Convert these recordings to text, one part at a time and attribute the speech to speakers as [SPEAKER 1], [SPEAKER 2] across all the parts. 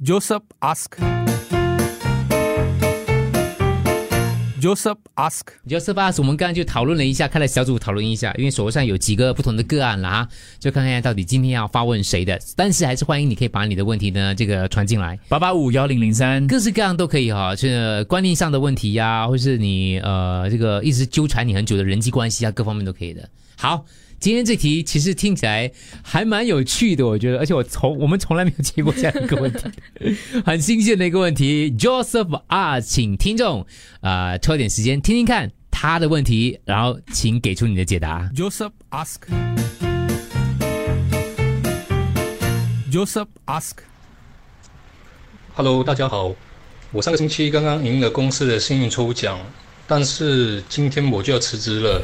[SPEAKER 1] Joseph ask. Joseph ask.
[SPEAKER 2] Joseph Us，我们刚刚就讨论了一下，开了小组讨论一下，因为手头上有几个不同的个案了啊，就看看到底今天要发问谁的。但是还是欢迎你可以把你的问题呢这个传进来，
[SPEAKER 3] 八八五幺零零三，
[SPEAKER 2] 各式各样都可以哈、是观念上的问题呀、或是你呃这个一直纠缠你很久的人际关系啊，各方面都可以的。好，今天这题其实听起来还蛮有趣的，我觉得，而且我从我们从来没有接过这样一个 问题，很新鲜的一个问题。Joseph R，请听众啊、呃抽点时间听听看他的问题，然后请给出你的解答。
[SPEAKER 1] Joseph ask. Joseph ask.
[SPEAKER 4] Hello，大家好，我上个星期刚刚赢了公司的幸运抽奖，但是今天我就要辞 职了。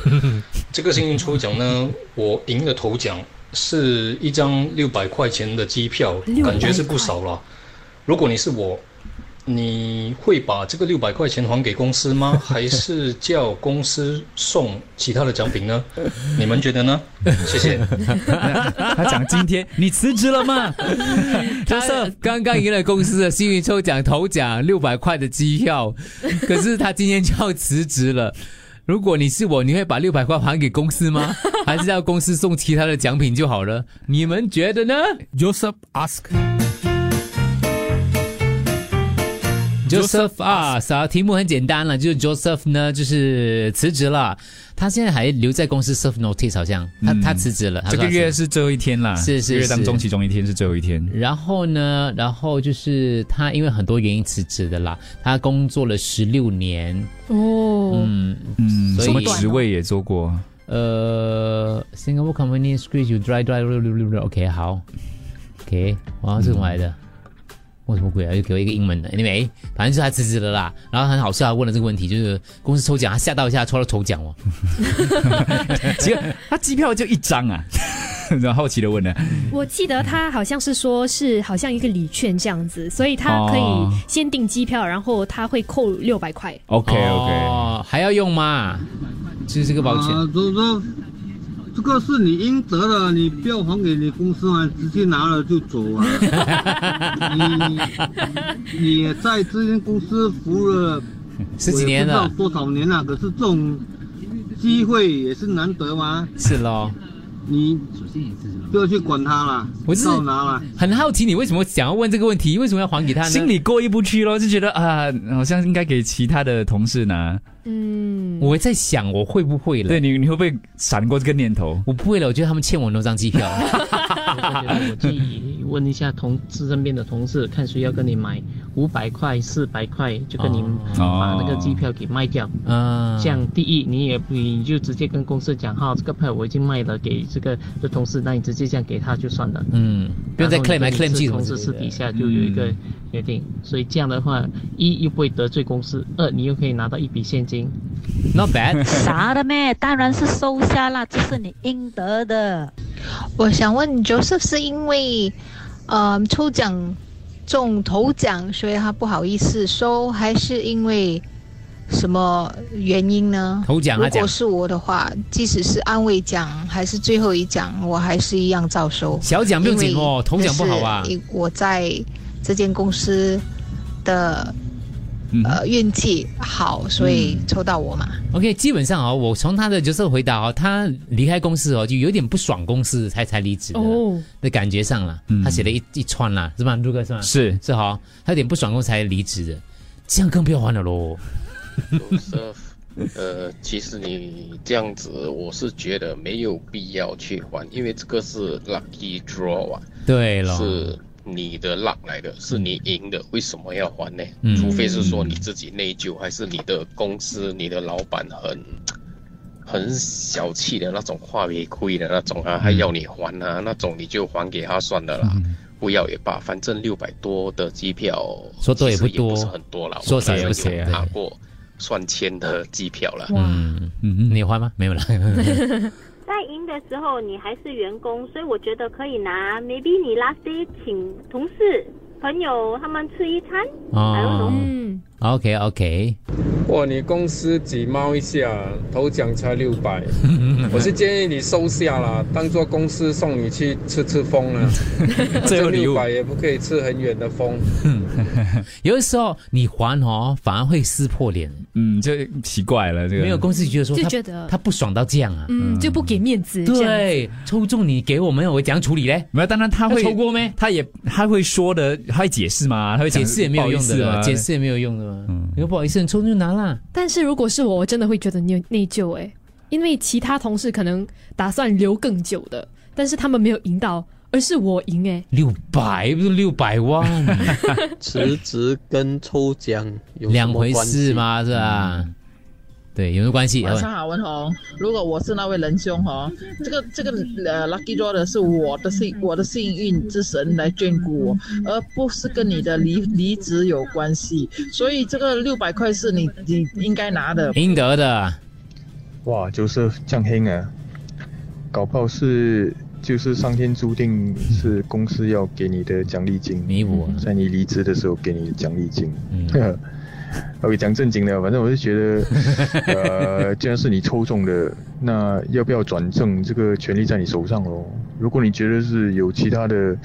[SPEAKER 4] 这个幸运抽奖呢，我赢的头奖是一张六百块钱的机票
[SPEAKER 5] 600，
[SPEAKER 4] 感觉是不少了。如果你是我，你会把这个六百块钱还给公 司吗？还是叫公司送其他的奖 品呢？你们觉得呢？谢谢。
[SPEAKER 3] 他讲今 天你辞职了吗？
[SPEAKER 2] 他刚刚赢了公司的幸运抽奖头奖六百块的机票，可是他今天就要辞职了。如果你是我，你会把六百块还给公 司吗？还是要公司送其他的奖品就好了？你们觉得呢
[SPEAKER 1] Joseph ask.
[SPEAKER 2] ？Joseph 啊，啥题目很简单了，就是 Joseph 呢，就是辞职了。他现在还留在公司 serve notice，好像他、
[SPEAKER 3] 嗯
[SPEAKER 2] 他辞职了，他
[SPEAKER 3] 这
[SPEAKER 2] 说
[SPEAKER 3] 个
[SPEAKER 2] 他辞职
[SPEAKER 3] 月是最后一天啦，
[SPEAKER 2] 是是
[SPEAKER 3] 这个月当中
[SPEAKER 2] 是
[SPEAKER 3] 其中一天是最后一天。
[SPEAKER 2] 然后呢，然后就是他因为很多原因辞职的啦，他工作了十六年，
[SPEAKER 5] 哦，
[SPEAKER 2] 嗯，
[SPEAKER 3] 嗯，
[SPEAKER 2] 所以哦
[SPEAKER 3] 什么职位也做过，
[SPEAKER 2] 呃，Singapore Company Squeeze You Dry Dry 六六六六，OK，好，OK，哇，这怎么来的？我什么鬼啊？又给我一个英文的，Anyway，反正就是他辞职了啦。然后很好笑，他问了这个问题，就是公司抽奖，他吓到一下，抽到头奖哦。
[SPEAKER 3] 结果他机票就一张啊， 然后好奇的问了，
[SPEAKER 5] 我记得他好像是说是好像一个礼券这样子，所以他可
[SPEAKER 3] 哦
[SPEAKER 5] 以先订机票，然后他会扣六百块。
[SPEAKER 3] OK OK，
[SPEAKER 2] 哦，还要用吗？就是这个保险。
[SPEAKER 6] 啊，就是说，这个是你应得的，你不要还给你公司啊，直接拿了就走啊。你你也在这间公司服务了
[SPEAKER 2] 十几年
[SPEAKER 6] 我也
[SPEAKER 2] 了
[SPEAKER 6] 不，知道多少年了，可是这种机会也是难得嘛，
[SPEAKER 2] 是咯。
[SPEAKER 6] 你不要去管它了，
[SPEAKER 2] 我是
[SPEAKER 6] 照拿了。
[SPEAKER 2] 很好奇你为什么想要问这个问题，为什么要还给他呢？
[SPEAKER 3] 心里过意不去咯，就觉得啊，好像应该给其他的同事拿。
[SPEAKER 5] 嗯，
[SPEAKER 2] 我在想我会不会了。
[SPEAKER 3] 对你，你会不会闪过这个念头？
[SPEAKER 2] 我不会了，我觉得他们欠我那张机 票。
[SPEAKER 7] 我建议问一下同事身边的同事，看谁要跟你买五百块、四百块，就跟你
[SPEAKER 2] 哦
[SPEAKER 7] 把那个机票给卖掉。
[SPEAKER 2] 嗯，
[SPEAKER 7] 这样，第一，你也不，你就直接跟公司讲，哈，这个票我已经卖了给这个的同事，那你直接这样给他就算了，
[SPEAKER 2] 嗯，不用再 claim 来
[SPEAKER 7] 然后你
[SPEAKER 2] claim
[SPEAKER 7] 跟
[SPEAKER 2] 去
[SPEAKER 7] 你
[SPEAKER 2] 什
[SPEAKER 7] 同
[SPEAKER 2] 么
[SPEAKER 7] 事
[SPEAKER 2] 之
[SPEAKER 7] 私
[SPEAKER 2] 类的
[SPEAKER 7] 底下就有一
[SPEAKER 2] 嗯
[SPEAKER 7] 个约定，所以这样的话，一又不会得罪公司，二你又可以拿到一笔现金。
[SPEAKER 2] Not bad，
[SPEAKER 8] 啥的咩？当然是收下啦，这是你应得的。
[SPEAKER 9] 我想问 Joseph 是因为，呃，抽奖中头奖，所以他不好意思收，还是因为什么原因呢？
[SPEAKER 2] 头奖啊
[SPEAKER 9] 如
[SPEAKER 2] 奖
[SPEAKER 9] 果，是我的话，即使是安慰奖还是最后一奖，我还是一样照收。
[SPEAKER 2] 小奖不用紧哦，头奖不好啊。
[SPEAKER 9] 因为我在这间公司的
[SPEAKER 2] 嗯
[SPEAKER 9] 呃运气好，所以抽到我嘛。
[SPEAKER 2] OK，基本上哦，我从他的就是回答哦，他离开公司哦，就有点不爽公司才才离职的、
[SPEAKER 5] 哦，
[SPEAKER 2] 的感觉上了。
[SPEAKER 7] 嗯
[SPEAKER 2] 他写了一一串啦，是吧，陆哥是吧？
[SPEAKER 3] 是
[SPEAKER 2] 是哈，他有点不爽公司才离职的，这样更不要还了喽。
[SPEAKER 10] 呃，其实你这样子，我是觉得没有必要去还，因为这个是 lucky draw 啊，
[SPEAKER 2] 对咯，
[SPEAKER 10] 是你的 luck 来的，是你赢的，为什么要还呢？
[SPEAKER 2] 嗯
[SPEAKER 10] 除非是说你自己内疚，还是你的公司、你的老板很很小气的那种，化为亏的那种
[SPEAKER 2] 嗯
[SPEAKER 10] 啊，还要你还啊，那种你就还给他算了啦。不要也罢，反正六百多的机票，
[SPEAKER 2] 说多也不
[SPEAKER 10] 其实
[SPEAKER 2] 多
[SPEAKER 10] 是很多了。
[SPEAKER 2] 说少也不啊少
[SPEAKER 10] 我们有拿过上千的机票了。
[SPEAKER 5] 哇，
[SPEAKER 2] 嗯，
[SPEAKER 3] 嗯，
[SPEAKER 2] 你有还吗？没有啦。
[SPEAKER 11] 在赢的时候你还是员工，所以我觉得可以拿 maybe 你 last day 请同事、朋友他们吃一餐，还有
[SPEAKER 2] 哦
[SPEAKER 11] 呢，
[SPEAKER 5] 嗯，
[SPEAKER 2] OK OK，
[SPEAKER 12] 哇，你公司几猫一下，头奖才六 百，我是建议你收下啦，当做公司送你去吃吃风 啦。
[SPEAKER 2] 最
[SPEAKER 12] 这
[SPEAKER 2] 后礼物
[SPEAKER 12] 六百也不可以吃很远的风。
[SPEAKER 2] 有的时候你还哦，反而会撕破脸。
[SPEAKER 3] 嗯，这奇怪了，这个
[SPEAKER 2] 没有公司觉得说
[SPEAKER 5] 就
[SPEAKER 2] 他
[SPEAKER 5] 觉得
[SPEAKER 2] 他不爽到这样啊。
[SPEAKER 5] 嗯，就不给面子，这样子
[SPEAKER 2] 对，抽中你给我们，我怎样处理嘞？
[SPEAKER 3] 没有，当然他会
[SPEAKER 2] 抽过没？
[SPEAKER 3] 他也他会说的，他会解释吗？他会讲
[SPEAKER 2] 解释也没有用的
[SPEAKER 3] 不好意
[SPEAKER 2] 了，
[SPEAKER 3] 思吗啊
[SPEAKER 2] 解释也没有用的嘛。你说不好意思，你抽就拿啦。
[SPEAKER 5] 但是如果是我，我真的会觉得内内疚哎、因为其他同事可能打算留更久的，但是他们没有赢到，而是我赢哎、
[SPEAKER 2] 六百不是六百万，
[SPEAKER 13] 辞职跟抽奖有什
[SPEAKER 2] 两
[SPEAKER 13] 么
[SPEAKER 2] 回
[SPEAKER 13] 关系嗯
[SPEAKER 2] 事？嘛，是吧？对，有没有关系？
[SPEAKER 10] 晚上好，文宏。如果我是那位仁兄哈，这个这个呃 lucky draw 的是我的幸我的幸运之神来眷顾我，而不是跟你的离离职有关系。所以这个六百块是你你应该拿的。
[SPEAKER 2] 应得的。
[SPEAKER 4] 哇，就是降黑啊，搞不好是就是上天注定是公司要给你的奖励金，
[SPEAKER 2] 弥补、啊
[SPEAKER 4] 在你离职的时候给你的奖励金。啊
[SPEAKER 2] 嗯
[SPEAKER 4] OK，讲正经的，反正我是觉得，呃，既然是你抽中的，那要不要转正，这个权利在你手上喽。如果你觉得是有其他的，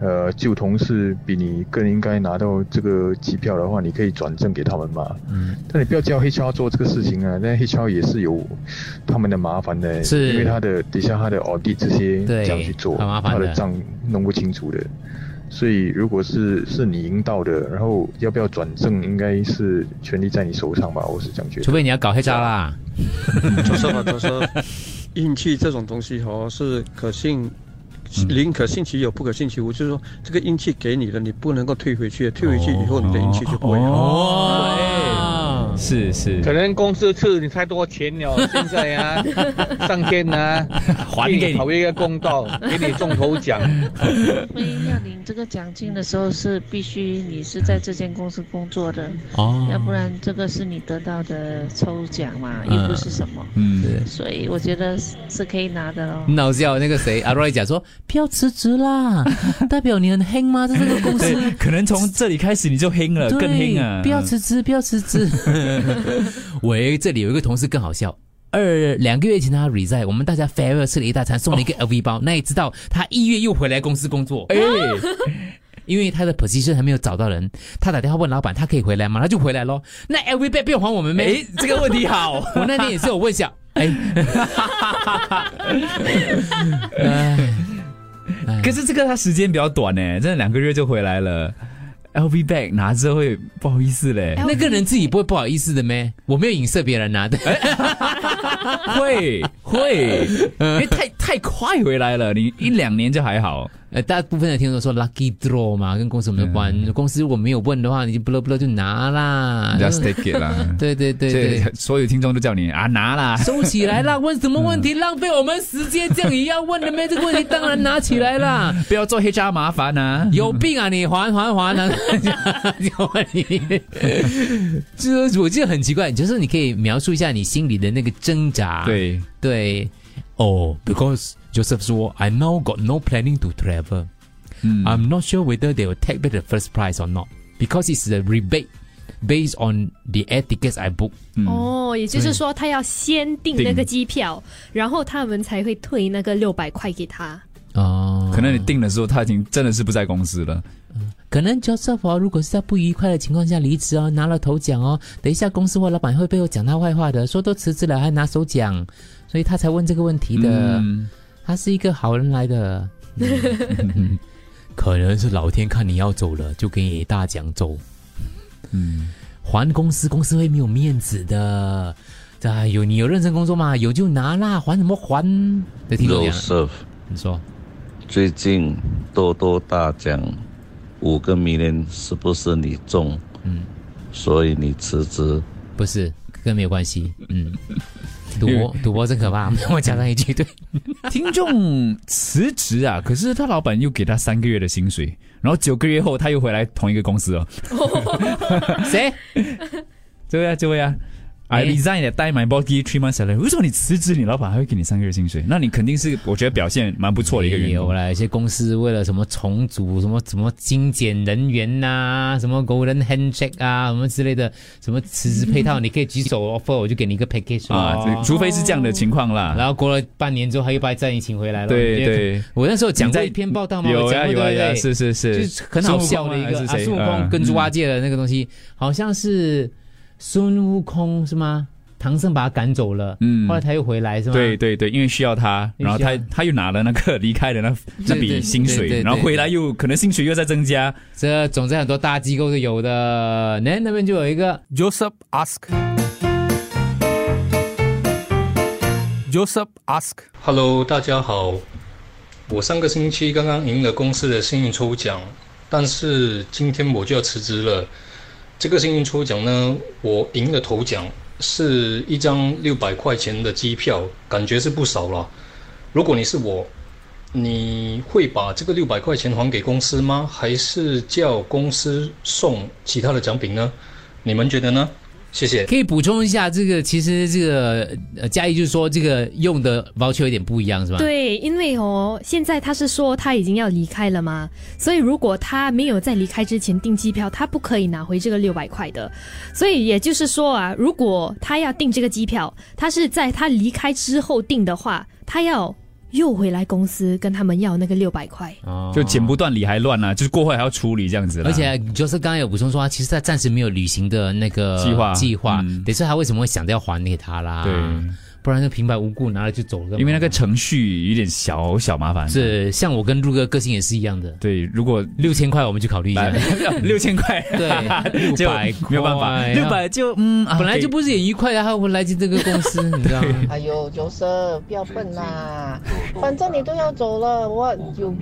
[SPEAKER 4] 呃，旧同事比你更应该拿到这个机票的话，你可以转正给他们嘛。
[SPEAKER 2] 嗯，
[SPEAKER 4] 但你不要叫黑超做这个事情啊，那黑超也是有他们的麻烦的，
[SPEAKER 2] 是
[SPEAKER 4] 因为他的底下他的 audit 这些
[SPEAKER 2] 对
[SPEAKER 4] 这样去做，
[SPEAKER 2] 很麻烦
[SPEAKER 4] 他
[SPEAKER 2] 的
[SPEAKER 4] 的账弄不清楚的。所以如果是是你赢到的，然后要不要转正，应该是权利在你手上吧，我是这样觉得。
[SPEAKER 2] 除非你要搞黑渣啦。
[SPEAKER 13] 就说吧，就说运气这种东西哦，是可信，宁可信其有，不可信其无。就是说，这个运气给你了，你不能够退回去，退回去以后，你的运气就不会
[SPEAKER 4] 啊
[SPEAKER 2] 哦
[SPEAKER 13] 好。
[SPEAKER 2] 哎
[SPEAKER 3] 哦，是是，
[SPEAKER 14] 可能公司吃你太多钱 了，现在啊，上天啊，
[SPEAKER 3] 还给你
[SPEAKER 14] 讨一个公道，给你中头 奖。
[SPEAKER 15] 所以要领这个奖金的时候，是必须你是在这间公司工作的，
[SPEAKER 2] 哦
[SPEAKER 15] 要不然这个是你得到的抽奖嘛，
[SPEAKER 2] 嗯
[SPEAKER 15] 又不是什么，
[SPEAKER 2] 嗯对
[SPEAKER 15] 所以我觉得是是可以拿的哦。
[SPEAKER 2] 脑子要哎那个谁阿 Roy 讲说不要辞职 啦，代表你很黑吗？在这个公司
[SPEAKER 3] 对，可能从这里开始你就黑了，
[SPEAKER 2] 对
[SPEAKER 3] 更黑啊！
[SPEAKER 2] 不要辞职，不要辞职。 喂，这里有一个同事更好笑。二两个月前他 resign，我们大家 fair 吃了一大餐，送了一个 LV 包。那也知道他一月又回来公司工作，哦哎，因为他的 position 还没有找到人，他打电话问老板，他可以回来吗？他就回来咯。那 LV 被不用还我们没？
[SPEAKER 3] 哎这个问题好
[SPEAKER 2] 我那天也是有问一下， 哎，哎
[SPEAKER 3] 可是这个他时间比较短呢，真的两个月就回来了。LV bag 拿着会不好意思嘞，
[SPEAKER 2] 哎那个人自己不会不好意思的咩？我没有影射别人啊拿的。哎
[SPEAKER 3] 会 会，因为太太快回来了，你一两年就还好。
[SPEAKER 2] 呃，大部分的听众说 lucky draw 嘛，跟公司有没有关？公司如果没有问的话，你就不乐不乐就拿啦
[SPEAKER 3] Just take it 啦
[SPEAKER 2] 对对对对
[SPEAKER 3] 所以，所有听众都叫你啊拿 啦，
[SPEAKER 2] 收起来啦！问什么问题？浪费我们时间，这样也要问的咩？这个问题当然拿起来啦！
[SPEAKER 3] 不要做黑渣麻烦呐、啊。
[SPEAKER 2] 有病啊你！还还还 啊！就问你，就是我记得很奇怪，就是你可以描述一下你心里的那个挣扎。
[SPEAKER 3] 对
[SPEAKER 2] 对，哦、b e c a u s e Joseph 说，I now got no planning to travel. I'm not sure whether they will take back the first price or not because it's a rebate based on the air tickets I booked.
[SPEAKER 5] 哦，也就是说他要先订那个机票，然后他们才会退那个六百块给他。
[SPEAKER 2] 哦，
[SPEAKER 3] 可能你定的时候他已经真的是不在公司了。
[SPEAKER 2] 可能 Joseph 哦如果是在不愉快的情况下离职哦，拿了头奖哦，等一下公司或老板会背后讲他坏话的，说都辞职了还拿手奖，所以他才问这个问题的。
[SPEAKER 3] 嗯
[SPEAKER 2] 他是一个好人来的，可能是老天看你要走了，就给你一大奖走。
[SPEAKER 3] 嗯，
[SPEAKER 2] 还公司，公司会没有面子的。哎呦，你有认真工作吗？有就拿啦，还什么还？得听懂
[SPEAKER 16] Joseph，
[SPEAKER 2] 你说，
[SPEAKER 16] 最近多多大奖五个迷人是不是你中？
[SPEAKER 2] 嗯，
[SPEAKER 16] 所以你辞职。
[SPEAKER 2] 不是，跟没有关系。嗯，赌博赌博真可怕。 我加上一句，对，
[SPEAKER 3] 听众辞职啊，可是他老板又给他三个月的薪水，然后九个月后他又回来同一个公司哦。
[SPEAKER 2] 谁？
[SPEAKER 3] 这位啊，这位啊，
[SPEAKER 2] 哎
[SPEAKER 3] I resign at time my boss give three months salary。为什么你辞职，你老板还会给你三个月薪水？那你肯定是我觉得表现蛮不错的一个员
[SPEAKER 2] 有
[SPEAKER 3] 工。
[SPEAKER 2] 啦，有些公司为了什么重组、什么什么精简人员呐、什么 golden handshake 啊，什么之类的，什么辞职配套，你可以举手 offer，我就给你一个 package
[SPEAKER 3] 啊
[SPEAKER 2] 哦
[SPEAKER 3] 这除非是这样的情况啦
[SPEAKER 2] 然后过了半年之后，他又把再你请回来了。
[SPEAKER 3] 对
[SPEAKER 2] 因为
[SPEAKER 3] 对
[SPEAKER 2] 我那时候讲过
[SPEAKER 3] 你在
[SPEAKER 2] 一篇报道嘛，
[SPEAKER 3] 有啊
[SPEAKER 2] 我讲过
[SPEAKER 3] 有啊
[SPEAKER 2] 对不对
[SPEAKER 3] 有啊是是是
[SPEAKER 2] 就是很好笑的一
[SPEAKER 3] 孙悟
[SPEAKER 2] 个
[SPEAKER 3] 空啊
[SPEAKER 2] 啊
[SPEAKER 3] 还是谁
[SPEAKER 2] 孙悟空
[SPEAKER 3] 嗯
[SPEAKER 2] 跟猪八戒的那个东西，好像是孙悟空是吗？唐僧把他赶走了，
[SPEAKER 3] 嗯
[SPEAKER 2] 后来他又回来是吗？
[SPEAKER 3] 对对对，因为需要他，
[SPEAKER 2] 因
[SPEAKER 3] 然
[SPEAKER 2] 为
[SPEAKER 3] 后
[SPEAKER 2] 需要
[SPEAKER 3] 他他又拿了那个离开的那那
[SPEAKER 2] 对对
[SPEAKER 3] 笔薪
[SPEAKER 2] 对对
[SPEAKER 3] 水，
[SPEAKER 2] 对
[SPEAKER 3] 然后回来又可能薪水又在增加。
[SPEAKER 2] 这总之很多大机构是有的。那那边就有一个
[SPEAKER 1] Joseph ask. Joseph ask.
[SPEAKER 4] Hello，大家好。我上个星期刚刚赢了公司的幸运抽奖，但是今天我就要辞职了。这个幸运抽奖呢，我赢了头奖，是一张六百块钱的机票，感觉是不少了。如果你是我，你会把这个六百块钱还给公司吗？还是叫公司送其他的奖品呢？你们觉得呢？谢谢。
[SPEAKER 2] 可以补充一下，这个其实这个呃，嘉义就是说这个用的 voucher 有点不一样，是吧？，
[SPEAKER 5] 对，因为哦，现在他是说他已经要离开了嘛，所以如果他没有在离开之前订机票，他不可以拿回这个六百块的。所以也就是说啊，如果他要订这个机票，他是在他离开之后订的话，他要又回来公司跟他们要那个六百块。
[SPEAKER 3] 就剪不断理还乱啊，就是过后还要处理这样子啦。
[SPEAKER 2] 哦而且就是刚刚有补充说，他其实他暂时没有履行的那个
[SPEAKER 3] 计划
[SPEAKER 2] 计划，等于说他为什么会想着要还给他啦？
[SPEAKER 3] 嗯对，
[SPEAKER 2] 不然就平白无故拿了就走了。
[SPEAKER 3] 因为那个程序有点小小麻烦。
[SPEAKER 2] 是像我跟陆哥个性也是一样的。
[SPEAKER 3] 对，如果
[SPEAKER 2] 六千块，我们就考虑 一下。
[SPEAKER 3] 六千块，
[SPEAKER 2] 对， 六
[SPEAKER 3] 就
[SPEAKER 2] 百
[SPEAKER 3] 没有办法600
[SPEAKER 2] 就嗯
[SPEAKER 3] 啊
[SPEAKER 2] 本来
[SPEAKER 3] 给
[SPEAKER 2] 就不是很愉快的，还会来自这个公 司，你知道吗？
[SPEAKER 15] 哎呦，九色，不要笨啦！反正你都要走了，what you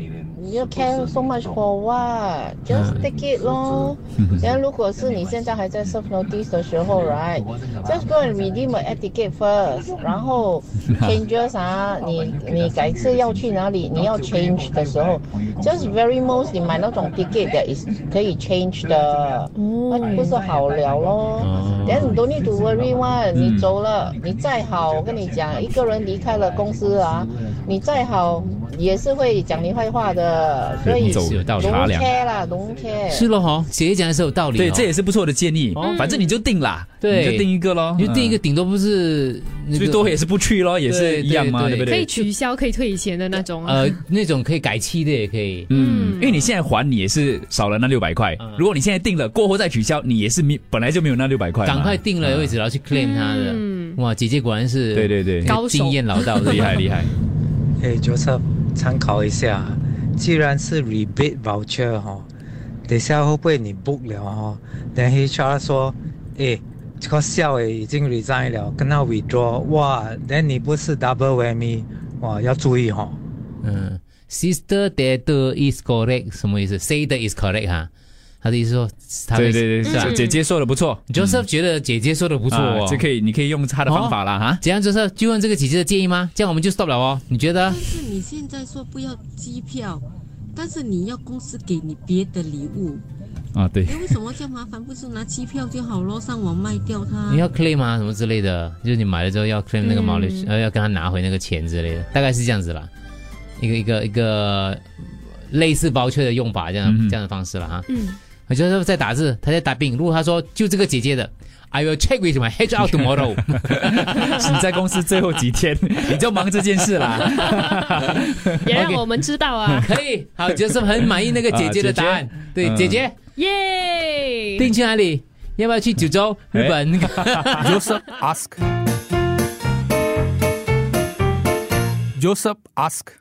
[SPEAKER 15] you care so much for what?
[SPEAKER 8] 嗯
[SPEAKER 15] Just take it 咯。
[SPEAKER 3] 嗯
[SPEAKER 15] 然后如果是你现在还在 serve notice 的时候，right？Just go and redeem a air ticket first，然后 changes 啊，你你改次要去哪里，你要 change 的时候，just very most 你买那种 ticket that is 可以 change 的，那就不是好聊咯。然后你 don't need to worry one，你走了，你再好，我跟你讲，一个人离开了公司啊，你再好也是会讲你坏话的，所以
[SPEAKER 2] 对是有道理
[SPEAKER 15] don't
[SPEAKER 2] 茶凉
[SPEAKER 15] care 啦，don't care。
[SPEAKER 2] 是咯哈，姐姐讲的是有道理哦。
[SPEAKER 3] 对，这也是不错的建议
[SPEAKER 2] 哦。
[SPEAKER 3] 反正你就定啦，
[SPEAKER 2] 对，
[SPEAKER 3] 你就定一个咯，
[SPEAKER 2] 你就定一个，
[SPEAKER 3] 嗯，
[SPEAKER 2] 顶多不是那个
[SPEAKER 3] 最多也是不去咯，也
[SPEAKER 2] 对
[SPEAKER 3] 是一样嘛，
[SPEAKER 2] 对
[SPEAKER 3] 对不
[SPEAKER 5] 可以
[SPEAKER 3] 对？
[SPEAKER 5] 取消、可以退钱的那种啊。
[SPEAKER 2] 呃那种可以改期的也可以。
[SPEAKER 3] 嗯，因为你现在还你也是少了那六百块，
[SPEAKER 2] 嗯
[SPEAKER 3] 如果你现在定了，过后再取消，你也是没本来就没有那六百块嘛，嗯
[SPEAKER 2] 赶快定了位置，然后去 claim 它的。
[SPEAKER 5] 嗯
[SPEAKER 2] 哇，姐姐果然是对对对
[SPEAKER 17] 高手
[SPEAKER 2] 经验老道，
[SPEAKER 17] 厉害厉害。
[SPEAKER 2] 嗯
[SPEAKER 17] 哎，Joseph，参考一下，既然是 rebate voucher 哈、等一下会不会你 book 了哈、等 HR 说，哎，这个校委已经 resign 了，跟他 withdraw，哇，那你不是 double whammy，哇，要注意哈、
[SPEAKER 2] 嗯，sister that is correct 什么意思？say that is correct 哈，他的意思说，他
[SPEAKER 3] 对对对
[SPEAKER 2] 吧
[SPEAKER 3] 姐姐姐说的不错
[SPEAKER 2] ，Joseph 觉得姐姐说嗯的不错哦
[SPEAKER 3] 啊，这可以，你可以用他的方法啦，哈。
[SPEAKER 2] 怎样？Joseph 就问这个姐姐的建议吗？这样我们就 stop 了哦，你觉得？
[SPEAKER 18] 是你现在说不要机票，但是你要公司给你别的礼物，
[SPEAKER 2] 哦
[SPEAKER 3] 啊， 对
[SPEAKER 18] 哎，为什么这样麻烦？不是拿机票就好咯，上网卖掉它。
[SPEAKER 2] 你要 claim 吗？什么之类的，就是你买了之后要 claim 那个毛利，
[SPEAKER 18] 嗯
[SPEAKER 2] 呃，要跟他拿回那个钱之类的，大概是这样子啦。一个一个一个类似包券的用法，这
[SPEAKER 3] 嗯
[SPEAKER 2] 样、这样的方式了哈。
[SPEAKER 5] 嗯，
[SPEAKER 2] 我觉得在打字，他在打病。如果他说就这个姐姐的，I will check with my HR tomorrow。
[SPEAKER 3] 你在公司最后几天，你就忙这件事啦。
[SPEAKER 5] 也让我们知道 啊。
[SPEAKER 2] 可以，好，就是很满意那个姐姐的答
[SPEAKER 3] 啊
[SPEAKER 2] 案。
[SPEAKER 3] 姐姐
[SPEAKER 2] 对，
[SPEAKER 3] 嗯
[SPEAKER 2] 姐姐、
[SPEAKER 5] 耶！
[SPEAKER 2] 定去哪里？要不要去九州、日
[SPEAKER 3] 哎
[SPEAKER 2] 本
[SPEAKER 1] Joseph ask. Joseph ask.